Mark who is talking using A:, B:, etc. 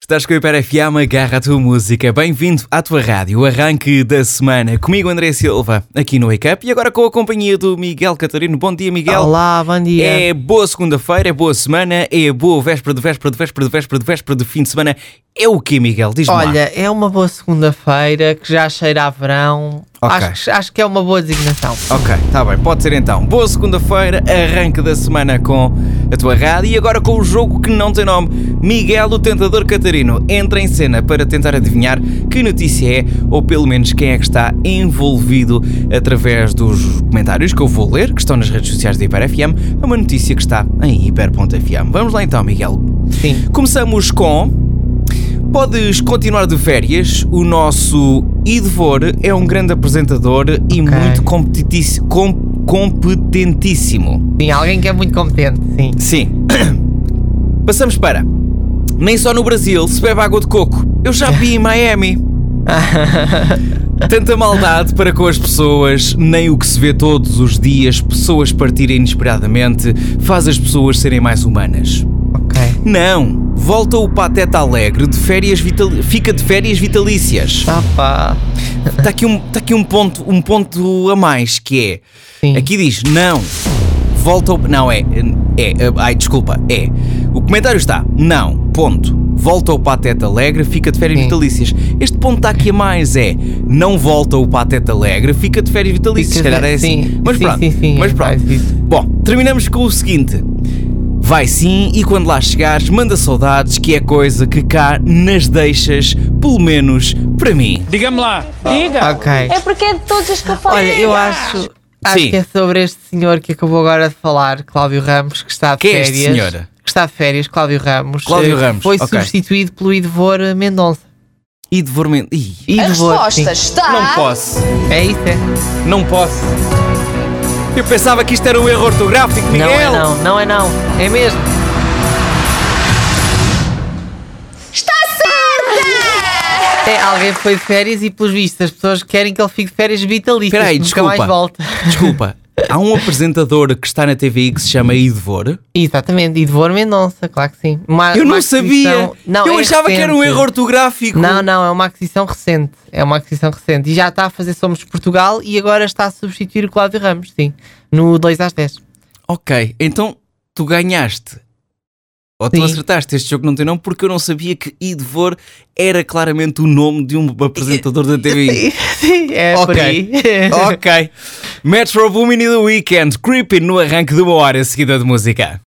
A: Estás com a Hiper FM, agarra a tua música. Bem-vindo à tua rádio, o arranque da semana. Comigo, André Silva, aqui no Wake Up e agora com a companhia do Miguel Catarino. Bom dia, Miguel.
B: Olá, bom dia.
A: É boa segunda-feira, é boa semana, é boa véspera de véspera de véspera de véspera de véspera de fim de semana. É o quê, Miguel? Diz-me lá.
B: Olha, é uma boa segunda-feira que já cheira a verão.
A: Ok.
B: Acho, que- acho que é uma boa designação.
A: Ok, tá bem, pode ser então. Boa segunda-feira, arranque da semana com a tua rádio e agora com o jogo que não tem nome. Miguel, o Tentador Catarino, entra em cena para tentar adivinhar que notícia é ou pelo menos quem é que está envolvido através dos comentários que eu vou ler, que estão nas redes sociais da Hiper FM, a uma notícia que está em hiper.fm. Vamos lá então, Miguel.
B: Sim.
A: Começamos com. Podes continuar de férias, o nosso Idvor é um grande apresentador e muito competitíssimo, competentíssimo.
B: Sim, alguém que é muito competente, sim.
A: Sim. Passamos para. Nem só no Brasil se bebe água de coco. Eu já vi em Miami. Tanta maldade para com as pessoas, nem o que se vê todos os dias, pessoas partirem inesperadamente, faz as pessoas serem mais humanas.
B: Ok.
A: Não! Volta o Pateta Alegre de férias vitali- fica de férias vitalícias.
B: Tá, Opa.
A: Está aqui, um, tá aqui um, ponto, um ponto a mais que é.
B: Sim.
A: Aqui diz não. Volta o. Não, é. É. Ai, desculpa. É. O comentário está. Não. Ponto. Volta o Pateta Alegre, fica de férias
B: Sim.
A: vitalícias. Este ponto está aqui a mais é. Não volta o Pateta Alegre, fica de férias vitalícias. Se
B: Fica de-
A: calhar é assim.
B: sim,
A: Mas
B: sim,
A: pronto.
B: sim, sim,
A: Mas
B: é
A: pronto.
B: mais isso.
A: Bom, terminamos com o seguinte. Vai sim, e quando lá chegares, manda saudades, que é coisa que cá nas deixas, pelo menos para mim.
C: Diga-me lá.
B: Ok.
D: É porque é de todos os que eu falo.
B: Olha, eu acho. Acho
A: é, Sim.
B: que é sobre este senhor que acabou agora de falar, Cláudio Ramos, que está de
A: Quem é
B: férias.
A: este senhor?
B: Que está de férias, Cláudio Ramos.
A: Cláudio
B: eh,
A: Ramos,
B: Foi
A: ok.
B: substituído pelo Idvor Mendonça.
A: E de vermelho. Ih.
B: Idvor,
D: A
B: sim.
D: resposta está.
A: Não posso,
B: É isso, é.
A: não posso. Eu pensava que isto era um erro ortográfico, Miguel.
B: Não é não, não é não. É mesmo.
D: Está certa!
B: É, alguém foi de férias e, pelos vistos, as pessoas querem que ele fique de férias vitalícias.
A: Espera aí,
B: que
A: desculpa.
B: Nunca mais volta.
A: Desculpa. Há um apresentador que está na TVI que se chama Idvor.
B: Exatamente, e de Voro Mendonça, claro que sim. Uma-
A: Eu
B: uma
A: não sabia.
B: aquisição- Ah, Não,
A: Eu
B: é
A: achava que era um
B: recente.
A: erro ortográfico.
B: Não, não, é uma aquisição recente. É uma aquisição recente. E já está a fazer Somos Portugal e agora está a substituir o Cláudio Ramos, sim. No 2 às 10.
A: Ok, então tu ganhaste. Ou tu
B: Sim.
A: acertaste este jogo não tem nome porque eu não sabia que Idvor era claramente o nome de um apresentador da TVI.
B: Sim, é por
A: Ok.
B: aí.
A: ok. Metro Boomin e The Weekend, Creeping no arranque de uma hora seguida de música.